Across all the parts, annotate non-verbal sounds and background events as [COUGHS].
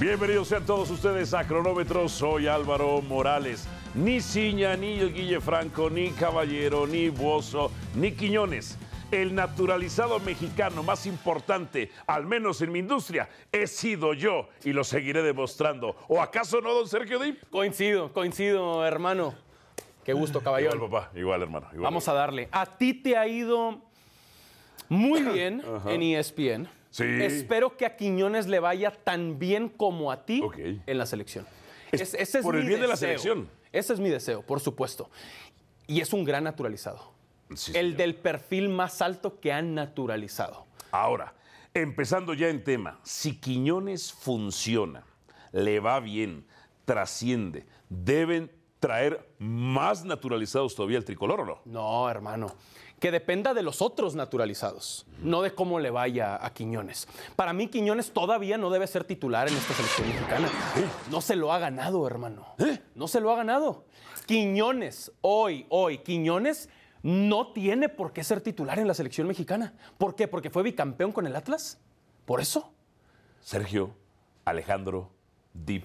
Bienvenidos sean todos ustedes a Cronómetro. Soy Álvaro Morales. Ni Ciña, ni Guille Franco, ni Caballero, ni Bozo, ni Quiñones. El naturalizado mexicano más importante, al menos en mi industria, he sido yo y lo seguiré demostrando. ¿O acaso no, don Sergio Dip? Coincido, coincido, hermano. Qué gusto, caballero. Igual, papá, igual, hermano. Igual, Vamos a darle. A ti te ha ido muy bien en E ESPN. Sí. Espero que a Quiñones le vaya tan bien como a ti Ok. en la selección. Es- Es- ese es por mi el bien de la deseo. selección. Ese es mi deseo, por supuesto. Y es un gran naturalizado. Sí, el señor. del perfil más alto que han naturalizado. Ahora, empezando ya en tema, si Quiñones funciona, le va bien, trasciende, deben traer más naturalizados todavía el tricolor o no? No, hermano. Que dependa de los otros naturalizados, no de cómo le vaya a Quiñones. Para mí, Quiñones todavía no debe ser titular en esta selección mexicana. ¿Eh? No se lo ha ganado, hermano. No se lo ha ganado. Quiñones, hoy, hoy, Quiñones no tiene por qué ser titular en la selección mexicana. ¿Por qué? Porque fue bicampeón con el Atlas. Por eso. Sergio, Alejandro, Deep,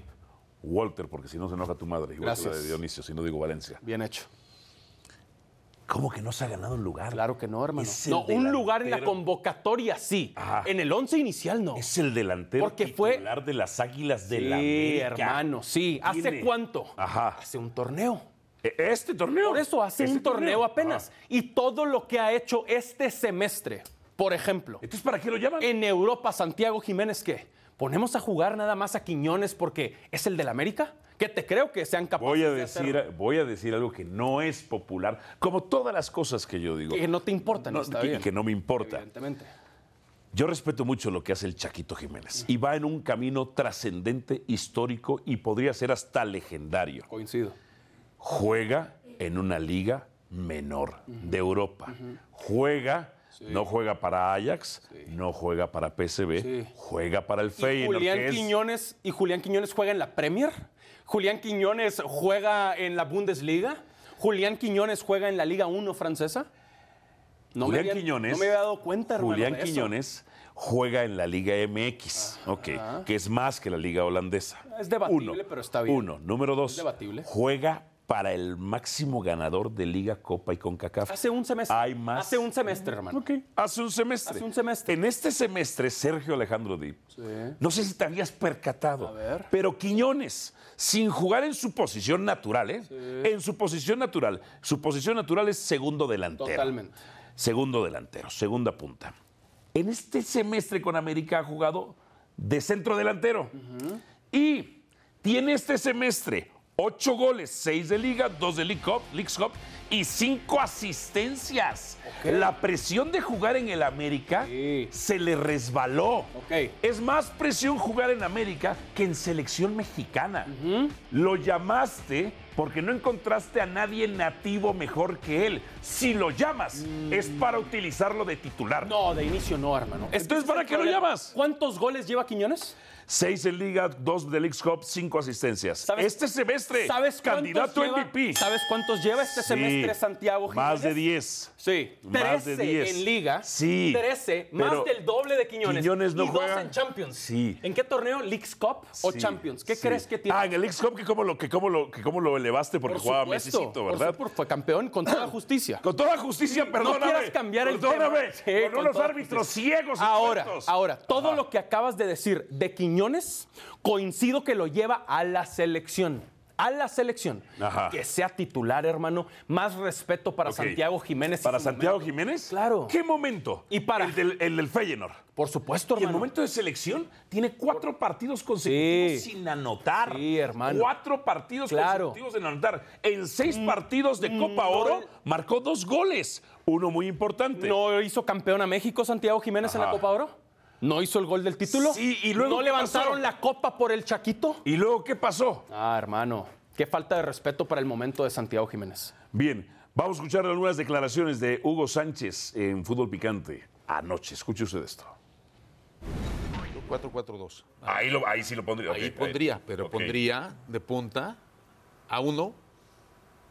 Walter, porque si no se enoja tu madre, igual que la Gracias. de Dionisio, si no digo Valencia. Bien hecho. ¿Cómo que no se ha ganado un lugar? Claro que no, hermano. Es el No, un lugar en la delantero- convocatoria sí. Ajá. En el once inicial no. Es el delantero Porque fue- titular de las Águilas de la Sí, hermano, sí. ¿Hace cuánto? Ajá. Hace un torneo. E- Este torneo. Por eso hace Este un torneo, apenas. Ajá. Y todo lo que ha hecho este semestre, por ejemplo, Entonces, ¿para qué lo llaman? en Europa, Santiago Jiménez, ¿qué? ¿Ponemos a jugar nada más a Quiñones porque es el del América? Que te creo que sean capaces Voy a, de hacerlo. decir, voy a decir algo que no es popular, como todas las cosas que yo digo. Que no te importan, está que- bien. que no me importa. Evidentemente. Yo respeto mucho lo que hace el Chaquito Jiménez y va en un camino trascendente, histórico y podría ser hasta legendario. Coincido. Juega en una liga menor de Europa. Juega, no juega para Ajax, no juega para PSV, Sí. juega para el Y Feyenoord. Julián que es- Quiñones y Julián Quiñones juega en la Premier. Julián Quiñones juega en la Bundesliga. Julián Quiñones juega en la Liga 1 francesa. No Julián me había, Quiñones. No me había dado cuenta, hermano, Julián de eso. Quiñones juega en la Liga MX, ok, que es más que la Liga holandesa. Es debatible, pero está bien. Uno. Número dos. Es debatible. Juega para el máximo ganador de Liga, Copa y CONCACAF. Hace un semestre. Hay más. Hace un semestre, hermano. Ok, Hace un semestre. Hace un semestre. En este semestre, Sergio Alejandro Dip, no sé si te habías percatado, ver. pero Quiñones, sin jugar en su posición natural, ¿eh? En su posición natural. Su posición natural es segundo delantero. Totalmente. Segundo delantero, segunda punta. En este semestre con América ha jugado de centro delantero. Y tiene este semestre ocho goles, seis de liga, dos de League Cup, Leagues Cup y cinco asistencias. La presión de jugar en el América Sí. se le resbaló. Ok. Es más presión jugar en América que en selección mexicana. Lo llamaste porque no encontraste a nadie nativo mejor que él. Si lo llamas, es para utilizarlo de titular. Mm. No, de inicio no, hermano. Es que Entonces, ese ¿para es el qué lo problema. llamas? ¿Cuántos goles lleva Quiñones? Seis en Liga, dos de League Cup, cinco asistencias. ¿Sabes- este semestre, ¿Sabes cuántos candidato lleva- MVP. ¿Sabes cuántos lleva este Sí, semestre Santiago Jiménez? Más de 10. Sí, 13 Más de 10. en Liga. Sí, 13, más pero del doble de Quiñones. Quiñones no y juega. dos en Champions. Sí. ¿En qué torneo? ¿Leagues Cup o Sí, Champions? ¿Qué sí. crees que tiene? Ah, en el League Cup, que cómo lo, que cómo lo, que cómo lo elevaste porque Por jugaba supuesto, Messicito, por ¿verdad? supuesto, fue campeón con [COUGHS] toda justicia. Con toda justicia, perdóname. quieras cambiar el perdóname, tema. Sí, con, con unos toda árbitros justicia. ciegos y Ahora, tuertos. ahora, todo Ajá. lo que acabas de decir de Quiñones, coincido que lo lleva a la selección. a la selección Ajá. que sea titular, hermano. Más respeto para Ok. Santiago Jiménez. y ¿Para su Santiago momento. Jiménez? Claro. ¿Qué momento? Y para- El del, el del Feyenoord. Por supuesto, Y el hermano. momento de selección tiene cuatro partidos consecutivos Sí. sin anotar. Sí, hermano. Cuatro partidos Claro. Mm, consecutivos sin anotar. En seis partidos de Copa Oro marcó dos goles. Uno muy importante. ¿No hizo campeón a México Santiago Jiménez en Ajá. la Copa Oro? ¿No hizo el gol del título? Sí, y luego, ¿No ¿qué pasó? levantaron la copa por el Chaquito? ¿Y luego qué pasó? Ah, hermano, qué falta de respeto para el momento de Santiago Jiménez. Bien, vamos a escuchar algunas declaraciones de Hugo Sánchez en Fútbol Picante anoche. Escuche usted esto. 4-4-2. Ahí, lo, ahí sí lo pondría. Ahí ok, pondría, pero ok. pondría de punta a uno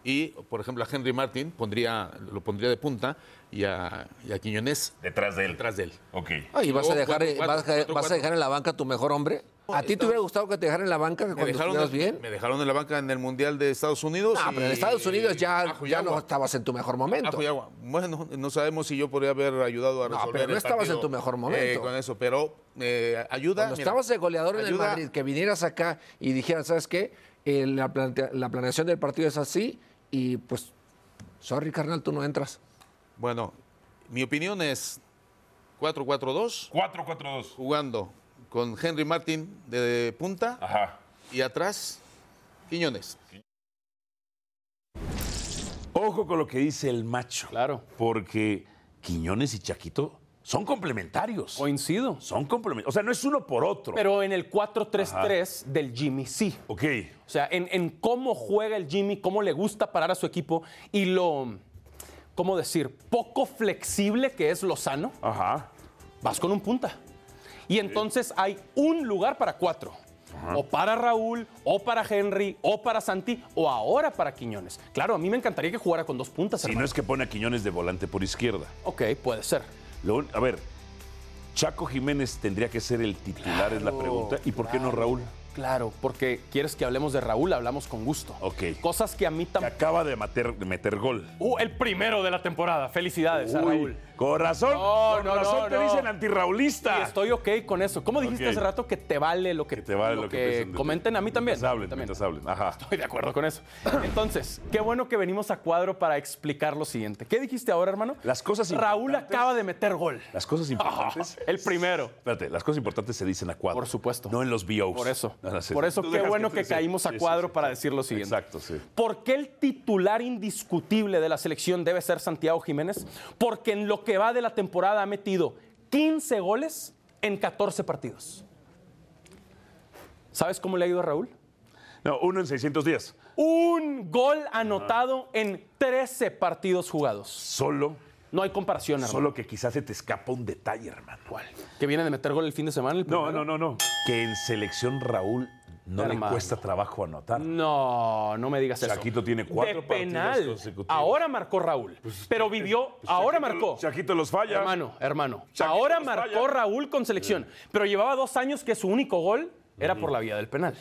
y, por ejemplo, a Henry Martin pondría, lo pondría de punta y a, y a Quiñones Detrás de él. detrás de él. Ok. Ah, ¿Y vas a, Luego, cuatro, dejar, cuatro, vas, a, cuatro, vas a cuatro. dejar en la banca a tu mejor hombre? ¿A ti te hubiera gustado que te dejaran en la banca Me cuando dejaron, estuvieras de- bien? me dejaron en la banca en el Mundial de Estados Unidos. Ah, y- pero en Estados Unidos a ya, ya Cuyagua. no estabas en tu mejor Ah, momento. Cuyagua. Bueno, no sabemos si yo podría haber ayudado a No, resolver pero no el estabas partido, en tu mejor eh, momento. con eso, pero eh, ayuda. Cuando mira, estabas de goleador en el ayuda- Madrid, que vinieras acá y dijeras, ¿sabes qué? Eh, la, plantea- la planeación del partido es así y pues, sorry, carnal, tú no entras. Bueno, mi opinión es 4-4-2, 4-4-2. jugando con Henry Martin de punta Ajá. y atrás Quiñones. Ojo con lo que dice el macho. Claro. Porque Quiñones y Chaquito son complementarios. Coincido. Son complementarios. O sea, no es uno por otro. Pero en el 4-3-3 del Jimmy sí. Ok. O sea, en, en cómo juega el Jimmy, cómo le gusta parar a su equipo y lo, ¿cómo decir? Poco flexible que es Lozano, Ajá. vas con un punta. Y entonces hay un lugar para cuatro. O para Raúl, o para Henry, o para Santi, o ahora para Quiñones. Claro, a mí me encantaría que jugara con dos puntas. Si no hermano. es que pone a Quiñones de volante por izquierda. Ok, puede ser. Lo un- a ver, Chaco Jiménez tendría que ser el titular, es la pregunta. ¿Y por qué no Raúl? Claro, porque quieres que hablemos de Raúl, hablamos con gusto. Ok. Cosas que a mí Que tampoco... acaba de meter, de meter gol. Uh, el primero de la temporada. Felicidades a Raúl. Con razón, No, con no, razón no, te no. dicen antirraulista. Y estoy ok con eso. ¿Cómo dijiste Ok. hace rato que te vale lo que, Que te vale lo, que, piensen de- comenten a mí también? Mientras hablen, También. mientras hablen. Ajá. Estoy de acuerdo con eso. Entonces, qué bueno que venimos a cuadro para explicar lo siguiente. ¿Qué dijiste ahora, hermano? Las cosas Raúl importantes- acaba de meter gol. Las cosas importantes. Ah, El primero. Espérate, las cosas importantes se dicen a cuadro. Por supuesto. No en los BOs. Por eso. No, no, sí. Por eso, Tú qué dejas bueno te- que sí, caímos a sí, sí, cuadro sí, para sí. decir lo siguiente. Exacto, sí. ¿Por qué el titular indiscutible de la selección debe ser Santiago Jiménez? Porque en lo que va de la temporada ha metido 15 goles en 14 partidos. ¿Sabes cómo le ha ido a Raúl? No, uno en 600 días. Un gol anotado en 13 partidos jugados. Solo, No hay comparación, hermano. solo que quizás se te escapa un detalle, hermano. ¿Cuál? ¿Que viene de meter gol el fin de semana? el No, primero? no, no, no. Que en selección Raúl no le Hermano. cuesta trabajo anotar. No, no me digas eso. Chaquito tiene cuatro de partidos penal. consecutivos. Pues, Ahora marcó Raúl, pero vivió, ahora marcó. Chaquito los falla. Hermano, hermano. Chaquito ahora los marcó falla. Raúl con selección, pero llevaba dos años que su único gol era por la vía del penal.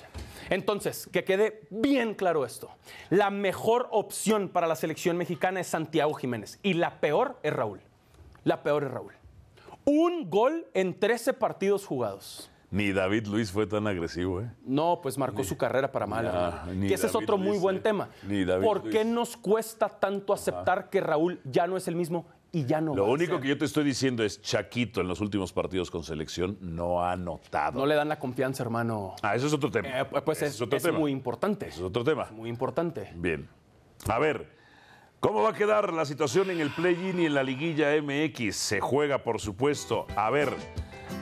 Entonces, que quede bien claro esto. La mejor opción para la selección mexicana es Santiago Jiménez y la peor es Raúl. La peor es Raúl. Un gol en 13 partidos jugados. Ni David Luis fue tan agresivo, ¿eh? No, pues marcó su carrera para mal. Nah, hermano. ni que ese es David otro muy Luis, eh. buen tema. Ni David ¿Por qué Luis. nos cuesta tanto aceptar que Raúl ya no es el mismo y ya no Lo va a único ser? que yo te estoy diciendo es Chaquito en los últimos partidos con selección no ha anotado. No le dan la confianza, hermano. Ah, eso es otro tema. Eh, pues Ese es, es muy importante. Ese es otro tema. Muy importante. Bien. A ver, ¿cómo va a quedar la situación en el play-in y en la liguilla MX? Se juega, por supuesto. A ver,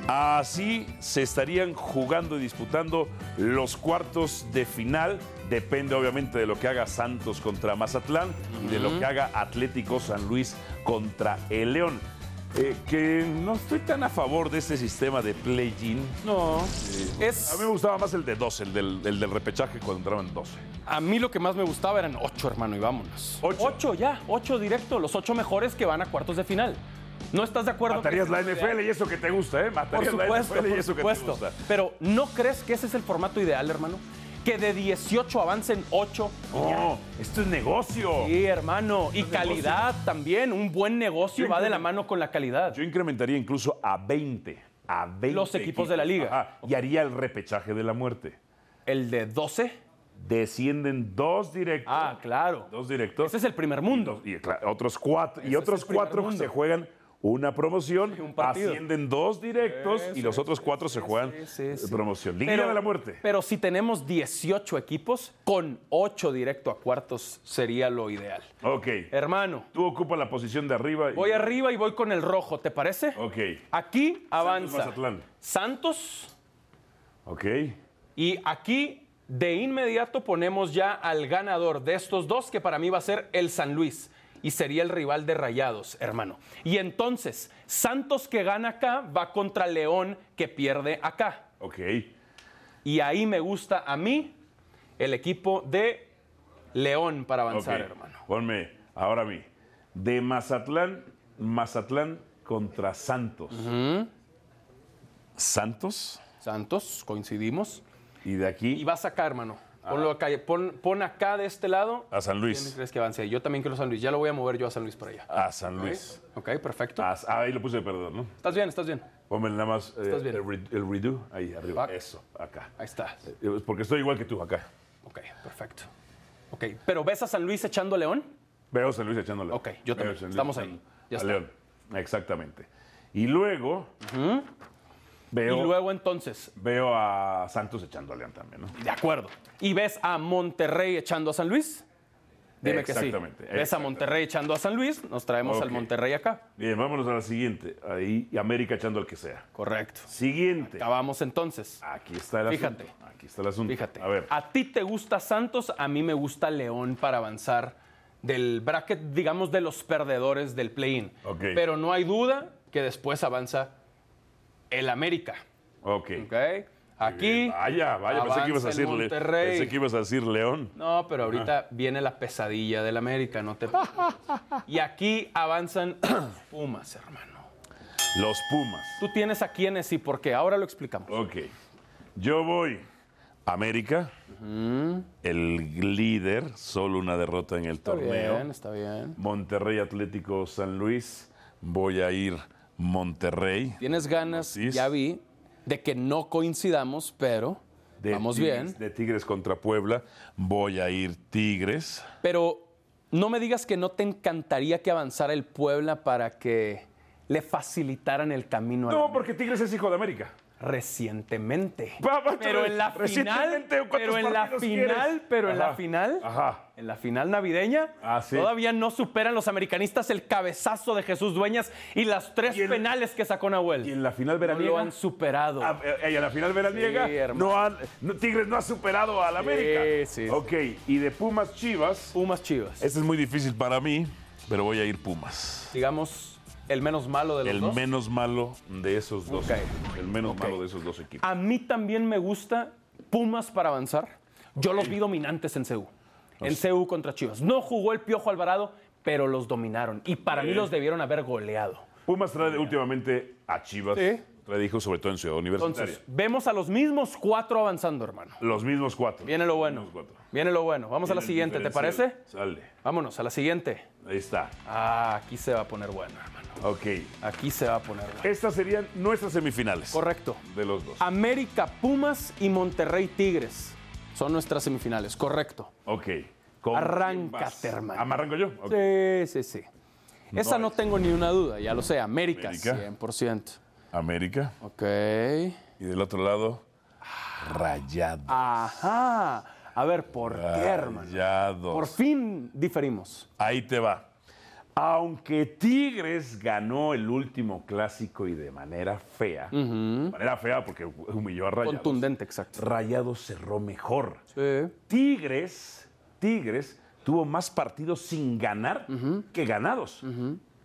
así se estarían jugando y disputando los cuartos de final. Depende, obviamente, de lo que haga Santos contra Mazatlán y de lo que haga Atlético San Luis contra el León. Eh, que no estoy tan a favor de este sistema de play-in. No. A Es, mí me gustaba más el de 12, el del, el del repechaje cuando entraban 12. a mí lo que más me gustaba eran ocho, hermano, y vámonos. Ocho. Ocho ya, ocho directo, los ocho mejores que van a cuartos de final. ¿No estás de acuerdo? que Matarías esa la es idea? NFL y eso que te gusta, ¿eh? Por Matarías supuesto, la NFL y por eso supuesto. que te gusta. Pero ¿no crees que ese es el formato ideal, hermano? Que de 18 avancen 8. No, esto es negocio. Sí, hermano. Y calidad también. Un buen negocio Yo va de incluyo- la mano con la calidad. Yo incrementaría incluso a 20. A 20 Los equipos de la liga. Ajá, y haría el repechaje de la muerte. El de 12 descienden dos directos. Ah, claro. Dos directos. Ese es el primer mundo. Y, claro, otros cuatro, y Ese otros es el primer cuatro que se mundo. juegan una promoción, Y un partido. ascienden dos directos y Sí, los sí, otros cuatro se juegan sí, sí. promoción. Liga de la muerte. Pero si tenemos 18 equipos, con 8 directo a cuartos sería lo ideal. ok. Hermano, Tú ocupas la posición de arriba. y- voy arriba y voy con el rojo, ¿te parece? Ok. Aquí avanza Mazatlán. Santos Ok. y aquí de inmediato ponemos ya al ganador de estos dos, que para mí va a ser el San Luis. Y sería el rival de Rayados, hermano. Y entonces, Santos que gana acá va contra León que pierde acá. Ok. Y ahí me gusta a mí el equipo de León para avanzar, ok. hermano. Ponme ahora a mí. De Mazatlán, Mazatlán contra Santos. Santos. Santos, coincidimos. Y de Y aquí vas acá, hermano. Ponlo acá, pon, pon acá de este lado. a San ¿Quién Luis. crees que avance? Yo también quiero San Luis. Ya lo voy a mover yo a San Luis para allá. A San Luis. Ok, perfecto. A- ah, ahí lo puse, perdón, ¿no? Estás bien, estás bien. Ponme nada más eh, Estás bien. el, re- el redo ahí arriba. Acá. Eso, acá. Ahí está. Eh, Porque estoy igual que tú acá. Ok, perfecto. Ok, pero ¿ves a San Luis echando a León? Veo a San Luis echándole. Ok, yo Veo a también. San Luis Estamos ahí. echando Ya a está. León. Exactamente. Y luego veo, Y luego entonces, veo a Santos echando a León también, ¿no? de acuerdo. ¿Y ves a Monterrey echando a San Luis? Dime que sí. Exactamente, ¿Ves a exactamente. Monterrey echando a San Luis? Nos traemos al Ok. Monterrey acá. Bien, vámonos a la siguiente. Ahí y América echando al que sea. Correcto. Siguiente. Acabamos entonces. Aquí está el asunto. Fíjate. Aquí está el asunto. Fíjate. Ah, Ah. A ver. ti te gusta Santos, a mí me gusta León para avanzar del bracket, digamos, de los perdedores del play-in. Ok. Pero no hay duda que después avanza el América. Ok. ¿ok? Aquí. Vaya, vaya, pensé que ibas a avanza el decir Le- Monterrey. Pensé que ibas a decir León. No, pero ahorita viene la pesadilla del América, [LAUGHS] no te preocupes. Y aquí avanzan [CLEARS THROAT] Pumas, hermano. Los Pumas. Tú tienes a quiénes y por qué, ahora lo explicamos. Ok. Yo voy. América, el líder, solo una derrota en el torneo. bien, está bien. Monterrey Atlético San Luis. Voy a ir Monterrey. Tienes ganas, Así es. ya vi, de que no coincidamos, pero De vamos Tigres- bien. De Tigres contra Puebla. Voy a ir Tigres. Pero no me digas que no te encantaría que avanzara el Puebla para que le facilitaran el camino al No, porque Tigres es hijo de América. recientemente. Va, va, pero en la final, recientemente, ¿cuántos pero en la partidos final, quieres? pero en la Ajá, final, ajá. en la final navideña, Ah, sí. todavía no superan los americanistas el cabezazo de Jesús Dueñas y las tres Y el- penales que sacó Nahuel. Y en la final no veraniega. lo han superado. Ah, eh, y a la final veraniega. Sí, hermano. no han- no- Tigres no ha superado al América. sí, sí. Ok, y de Pumas Chivas. Pumas Chivas. Este es muy difícil para mí, pero voy a ir Pumas. digamos, el menos malo de los El dos. menos malo de esos dos. Ok. El menos malo de esos dos equipos. A mí también me gusta Pumas para avanzar. Yo los vi dominantes en CU. En CU contra Chivas. No jugó el Piojo Alvarado, pero los dominaron. Y para mí los debieron haber goleado. Ah. Pumas trae últimamente a Chivas. Sí. Trae hijos sobre todo en Ciudad Universitaria. Entonces, vemos a los mismos cuatro avanzando, hermano. Los mismos cuatro. Viene lo Los bueno. mismos cuatro. Viene lo bueno. Vamos a la El siguiente, ¿te diferencial. parece? Sale. Vámonos, a la siguiente. Ahí está. Ah, aquí se va a poner bueno, hermano. Ok. Aquí se va a poner bueno. Estas serían nuestras semifinales. Correcto. De los dos. América Pumas y Monterrey Tigres son nuestras semifinales, correcto. Ok. ¿Con Arráncate, quién vas? hermano. ¿Ah, ¿me ¿Arranco yo? Ok. Sí, sí, sí. Esa no es- tengo ni una duda, ya lo sé. América, América. 100%. América. Ok. Y del otro lado, Rayados. Ajá. A ver, ¿por Ah, qué, hermano? Rayados. Por fin diferimos. Ahí te va. Aunque Tigres ganó el último clásico y de manera fea, de manera fea porque humilló a Rayados. Contundente, exacto. Rayados cerró mejor. Sí. Tigres, Tigres tuvo más partidos sin ganar que ganados.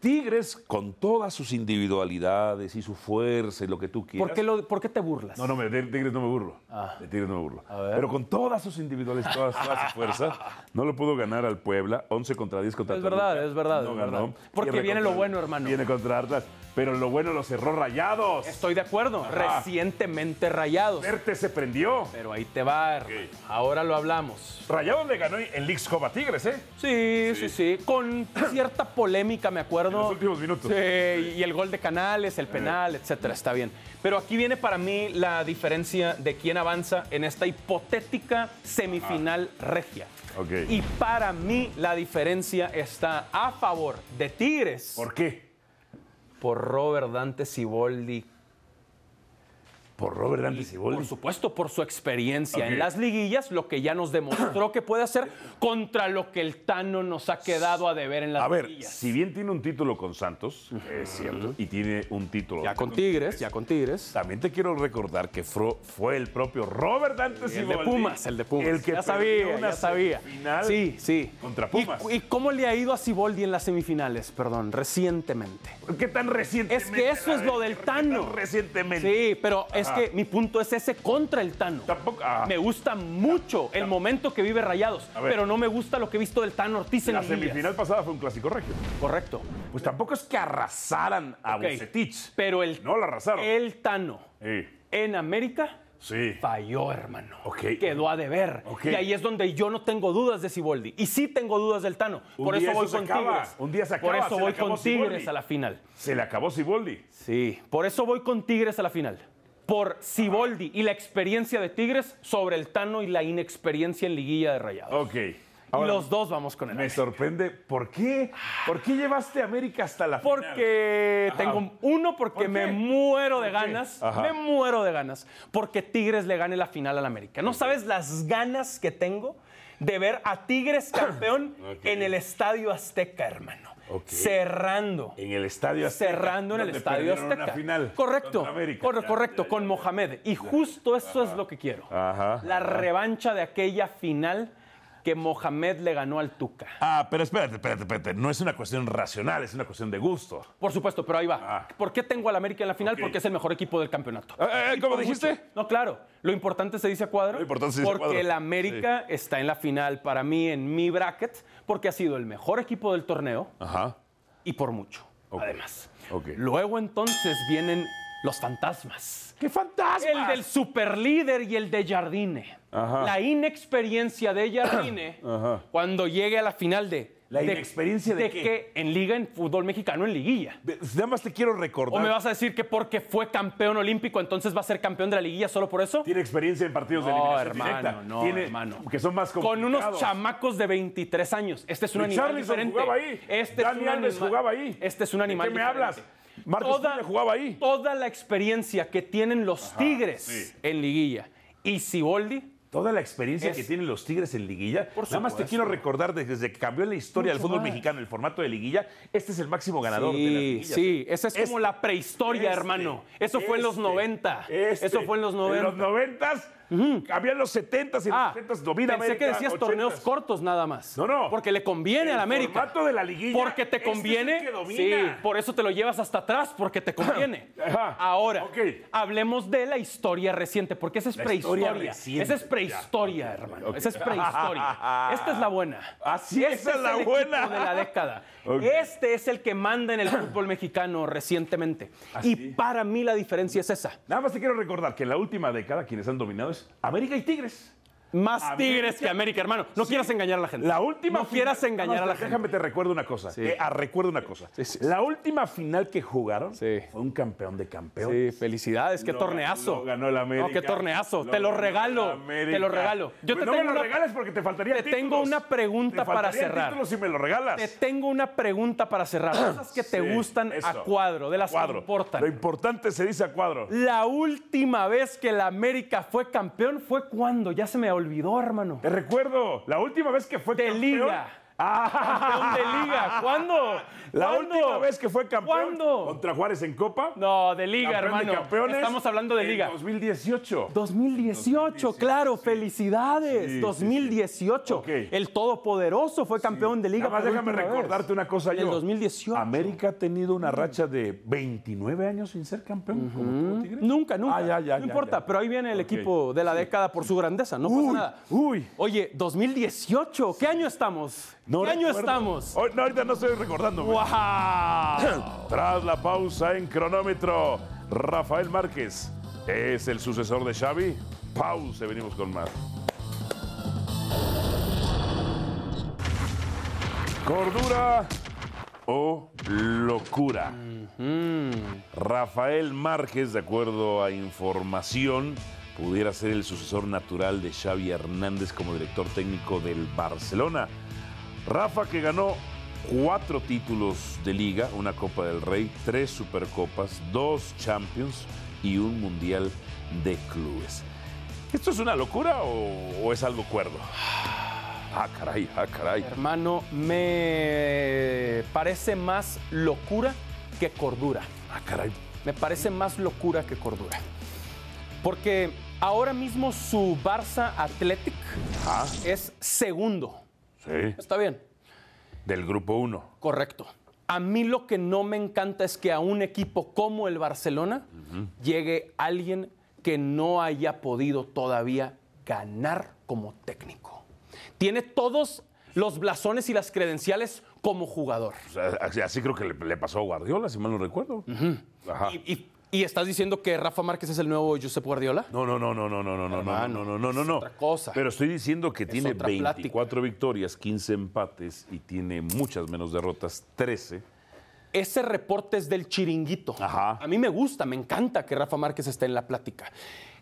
Tigres, con todas sus individualidades y su fuerza y lo que tú quieras. ¿Por qué, Ah. lo- por qué te burlas? No, no, me- de Tigres no me burlo. De Tigres no me burlo. Pero con todas sus individuales, todas, toda su [LAUGHS] fuerza, no lo pudo ganar al Puebla. 11 contra 10 contra Es Toluca, verdad, es verdad, No es ganó. verdad. Porque Pierde viene contra- lo bueno, hermano. Viene contra Atlas. Pero lo bueno lo cerró Rayados. Estoy de acuerdo. Recientemente rayados. Verte se prendió. Pero ahí te va, hermano. Ahora lo hablamos. Rayados le ganó el League Copa Tigres, ¿eh? Sí, sí, sí, Con cierta polémica, me acuerdo, acuerdo. los últimos minutos. Eh. Sí, y el gol de Canales, el penal, etcétera, está bien. Pero aquí viene para mí la diferencia de quién avanza en esta hipotética semifinal regia. Ok. Y para mí la diferencia está a favor de Tigres ¿Por qué? por Robert Dante Siboldi Por Robert Dante por Siboldi. supuesto, por su experiencia Ok. en las liguillas, lo que ya nos demostró que puede hacer contra lo que el Tano nos ha quedado a deber en las A ver, liguillas. si bien tiene un título con Santos, es cierto, y tiene un título. Ya con Tigres, ya con Tigres. También te quiero recordar que fro- fue el propio Robert Dante El Siboldi. de Pumas, el de Pumas. El que perdió ya sabía, una ya sabía. semifinal. sí, sí. contra ¿Y- Pumas. ¿Y, cómo le ha ido a Siboldi en las semifinales? Perdón, recientemente. ¿Qué tan recientemente? Es que eso la es lo de- del ¿Qué Tano. tan recientemente. Sí, pero es Ajá. que mi punto es ese contra el Tano. Tampoco. ah, Me gusta mucho el momento que vive Rayados, A ver. pero no me gusta lo que he visto del Tano Ortiz en la liguillas. semifinal pasada fue un clásico regio. Correcto. Pues tampoco es que arrasaran a Ok, Bucetich. Pero el, No la arrasaron. el Tano Sí. en América Sí. falló, hermano. Ok. Quedó a deber. Ok. Y ahí es donde yo no tengo dudas de Siboldi. Y sí tengo dudas del Tano. Un Por día eso voy eso se con acaba. Tigres. Un día se Por acaba, eso se le voy acabó con Siboldi. Tigres a la final. Se le acabó Siboldi. Sí. Por eso voy con Tigres a la final. Por Siboldi y la experiencia de Tigres sobre el Tano y la inexperiencia en liguilla de Rayados. Ok. y Ahora, los dos vamos con el Me América. sorprende. ¿Por qué? ¿Por qué llevaste a América hasta la final? Porque Ajá. tengo uno porque ¿Por me qué? muero de ¿Por qué? ganas, Ajá. me muero de ganas porque Tigres le gane la final al América. ¿No sabes las ganas que tengo de ver a [CLEARS THROAT] Tigres campeón Ok. en el Estadio Azteca, hermano? Ok. Cerrando. En el estadio Azteca, Cerrando en el donde estadio perdieron una Azteca. final correcto. contra América. cor- Ya, correcto, ya, con ya, ya. Mohamed. Y justo eso es lo que quiero. Ajá, La revancha de aquella final que Mohamed le ganó al Tuca. Ah, pero espérate, espérate, espérate. No es una cuestión racional, es una cuestión de gusto. Por supuesto, pero ahí va. Ah. ¿Por qué tengo al América en la final? Ok. Porque es el mejor equipo del campeonato. Eh, eh, Y ¿cómo por dijiste? mucho. No, claro. Lo importante se dice a cuadro. Lo importante se dice a porque cuadro. el América está en la final para mí, en mi bracket, porque ha sido el mejor equipo del torneo Ajá. y por mucho, Ok. además. Ok. Luego entonces vienen los fantasmas. ¡Qué fantasma! El del superlíder y el de Jardine. Ajá. La inexperiencia de Jardine [COUGHS] Ajá. cuando llegue a la final de... ¿La inexperiencia de qué? que en liga, en fútbol mexicano, en liguilla. Ve, Nada más te quiero ¿O recordar. me vas a decir que porque fue campeón olímpico entonces va a ser campeón de la liguilla solo por eso? Tiene experiencia en partidos de No, eliminación hermano, directa. no, Tiene- hermano. Que son más complicados. Con unos chamacos de 23 años. Este es un animal Richarlison diferente. jugaba ahí. Este Dani es un Alves anima- jugaba ahí. Este es un ¿De animal qué me hablas? Marcos Túnez Toda, jugaba ahí. Toda la experiencia que tienen los Tigres sí. en liguilla y Siboldi Toda la experiencia Es- que tienen los Tigres en liguilla. Por Nada más te supuesto. quiero recordar de- desde que cambió la historia del Mucho fútbol más. mexicano, el formato de liguilla, este es el máximo ganador de las Sí, liguillas. sí, esa es como Este, la prehistoria, este, hermano. Eso fue en los este, 90. este. Eso fue en los 90. En los 90 había los 70s y en Ah, los 70s domina pensé que América, decías torneos 80s. cortos nada más. No, no. Porque le conviene El al América. formato de la liguilla, Porque este te es el conviene. que domina. Sí, por eso te lo llevas hasta atrás, porque te conviene. [COUGHS] Ajá. Ahora, Ok. hablemos de la historia reciente, porque esa es La historia prehistoria. reciente. Esa es Ya, prehistoria, ok, hermano. ok. Esa es [LAUGHS] prehistoria. Esta es la buena. Así es, Este esa es la el equipo buena. de la década. [LAUGHS] Ok. Este es el que manda en el fútbol mexicano recientemente. Ah, Y para mí la diferencia es esa. Nada más te quiero recordar que en la última década quienes han dominado es América y Tigres. Más América. Tigres que América, hermano. No quieras engañar a la gente. La última No quieras final- engañar Nada a más, la gente. Déjame te recuerdo una cosa. Sí. Eh, ah, recuerdo una cosa. Sí, sí, sí. La última final que jugaron Sí. fue un campeón de campeón. Sí, felicidades, qué Lo- torneazo. lo ganó el América. No, qué torneazo. Lo te lo ganó regalo. el América. Pues Te lo regalo. Yo te no tengo me lo una- regales porque te faltaría te tengo títulos. una pregunta Te para faltarían cerrar. títulos si me lo regalas. Te tengo una pregunta [CLEARS THROAT] para cerrar. Cosas que te Sí, gustan eso. a cuadro, de las cuadro. que importan. Lo importante se dice a cuadro. La última vez que la América fue campeón fue cuando, ya se me olvidó, hermano. Te recuerdo, la última vez que fue De campeón... liga. Ah, [LAUGHS] Campeón de liga. ¿Cuándo? la ¿Cuándo? última vez que fue campeón ¿Cuándo? contra Juárez en Copa. No, de liga, campeón hermano. De campeones Estamos hablando de en liga. 2018. 2018, claro, felicidades. Sí, sí, 2018. Ok. El todopoderoso fue campeón de liga. Nada más por déjame última vez. recordarte una cosa En yo. el 2018. América ha tenido una racha de 29 años sin ser campeón, como tuvo Tigres. Nunca, nunca. Ah, ya, ya, no ya, importa, ya. pero ahí viene el Ok. equipo de la década por su grandeza, no pasa Uy, nada. uy. Oye, 2018, ¿qué año estamos? No ¿Qué año recuerdo. estamos? Hoy- no, ahorita no estoy recordando. [CLEARS THROAT] ¡Wow! Tras la pausa en cronómetro, Rafael Márquez es el sucesor de Xavi. Pausa, y venimos con más. Cordura o locura. Rafael Márquez, de acuerdo a información, pudiera ser el sucesor natural de Xavi Hernández como director técnico del Barcelona. Rafa que ganó cuatro títulos de liga, una Copa del Rey, tres Supercopas, dos Champions y un Mundial de Clubes. ¿Esto es una locura o, o es algo cuerdo? Ah, caray, ah, caray. Hermano, me parece más locura que cordura. Ah, caray. Me parece más locura que cordura. Porque ahora mismo su Barça Athletic es segundo. Sí. Está bien, Del grupo 1. correcto. A mí lo que no me encanta es que a un equipo como el Barcelona llegue alguien que no haya podido todavía ganar como técnico. Tiene todos los blasones y las credenciales como jugador. O sea, así, así creo que le, le pasó a Guardiola, si mal no recuerdo. Ajá. Y, y- y estás diciendo que Rafa Márquez es el nuevo Josep Guardiola? No, no, no, no, no, no, no, no, no, Hermano, no, no, no, no, es no. otra cosa. Pero estoy diciendo que tiene otra plática. 24 victorias, 15 empates y tiene muchas menos derrotas, 13. Ese reporte es del chiringuito. Ajá. A mí me gusta, me encanta que Rafa Márquez esté en la plática.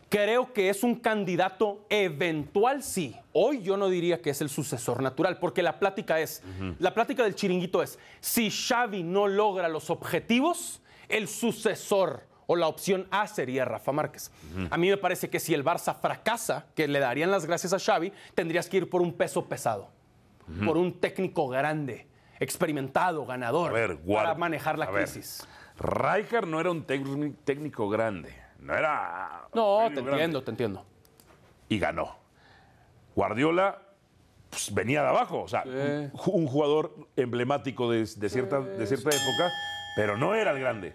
Creo que es un candidato eventual, sí. Hoy yo no diría que es el sucesor natural, porque la plática es, la plática del chiringuito es, si Xavi no logra los objetivos, el sucesor o la opción A sería Rafa Márquez. A mí me parece que si el Barça fracasa, que le darían las gracias a Xavi, tendrías que ir por un peso pesado, por un técnico grande, experimentado, ganador A ver, para Guard- manejar la a ver, crisis. Rijkaard no era un tec- técnico grande, no era... No, un te técnico entiendo, grande. te entiendo. Y ganó. Guardiola pues, venía de abajo, o sea, ju- un jugador emblemático de, de cierta, de cierta época, pero no era el grande.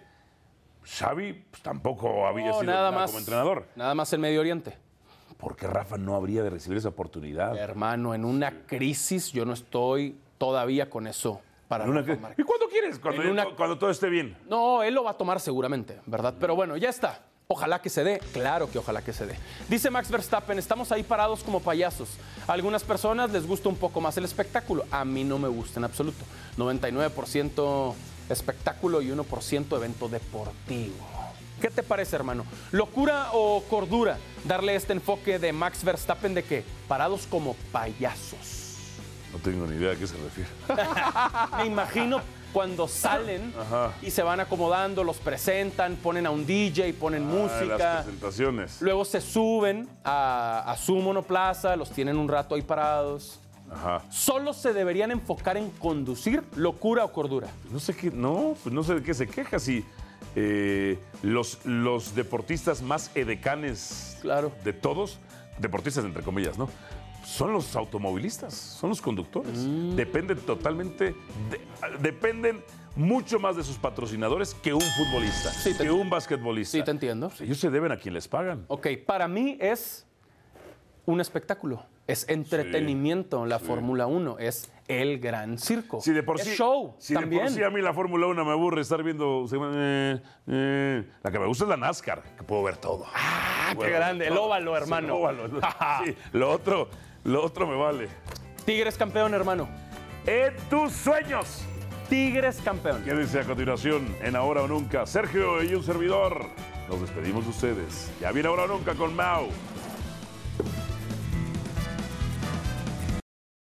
Xavi pues, tampoco había No, sido nada más. como entrenador. Nada más en Medio Oriente. ¿Por qué Rafa no habría de recibir esa oportunidad? Hermano, en una crisis yo no estoy todavía con eso para En una Rafa que- Márquez. ¿Y cuándo quieres? Cuando, En una- cuando todo esté bien. No, él lo va a tomar seguramente, ¿verdad? Pero bueno, ya está. Ojalá que se dé, claro que ojalá que se dé. Dice Max Verstappen, estamos ahí parados como payasos. A algunas personas les gusta un poco más el espectáculo, a mí no me gusta en absoluto. 99% espectáculo y 1% evento deportivo. ¿Qué te parece, hermano? ¿Locura o cordura darle este enfoque de Max Verstappen de que parados como payasos? No tengo ni idea a qué se refiere. Me imagino cuando salen y se van acomodando, los presentan, ponen a un DJ, ponen música. Ah, las presentaciones. Luego se suben a, a su monoplaza, los tienen un rato ahí parados. Ajá. Solo se deberían enfocar en conducir locura o cordura. No sé qué, no, pues no sé de qué se queja si eh, los, los deportistas más edecanes Claro. de todos, deportistas entre comillas, ¿no? Son los automovilistas, son los conductores. Mm. Dependen totalmente, de- dependen mucho más de sus patrocinadores que un futbolista, Sí, te que un basquetbolista. Sí, te entiendo. Pues ellos se deben a quien les pagan. Ok, para mí es un espectáculo. Es entretenimiento la Fórmula 1. Es el gran circo. Si de por es sí, show si de por también. sí a mí la Fórmula 1 me aburre estar viendo. eh, eh, la que me gusta es la NASCAR, que puedo ver todo. Ah, qué Puedo ver grande. El todo. óvalo, Sí, hermano. el óvalo. [LAUGHS] Sí, lo otro, lo otro me vale. Tigres campeón, hermano. En tus sueños. Tigres campeón. Quédense a continuación en Ahora o Nunca. Sergio y un servidor. Nos despedimos de ustedes. Ya viene Ahora o Nunca con Mau.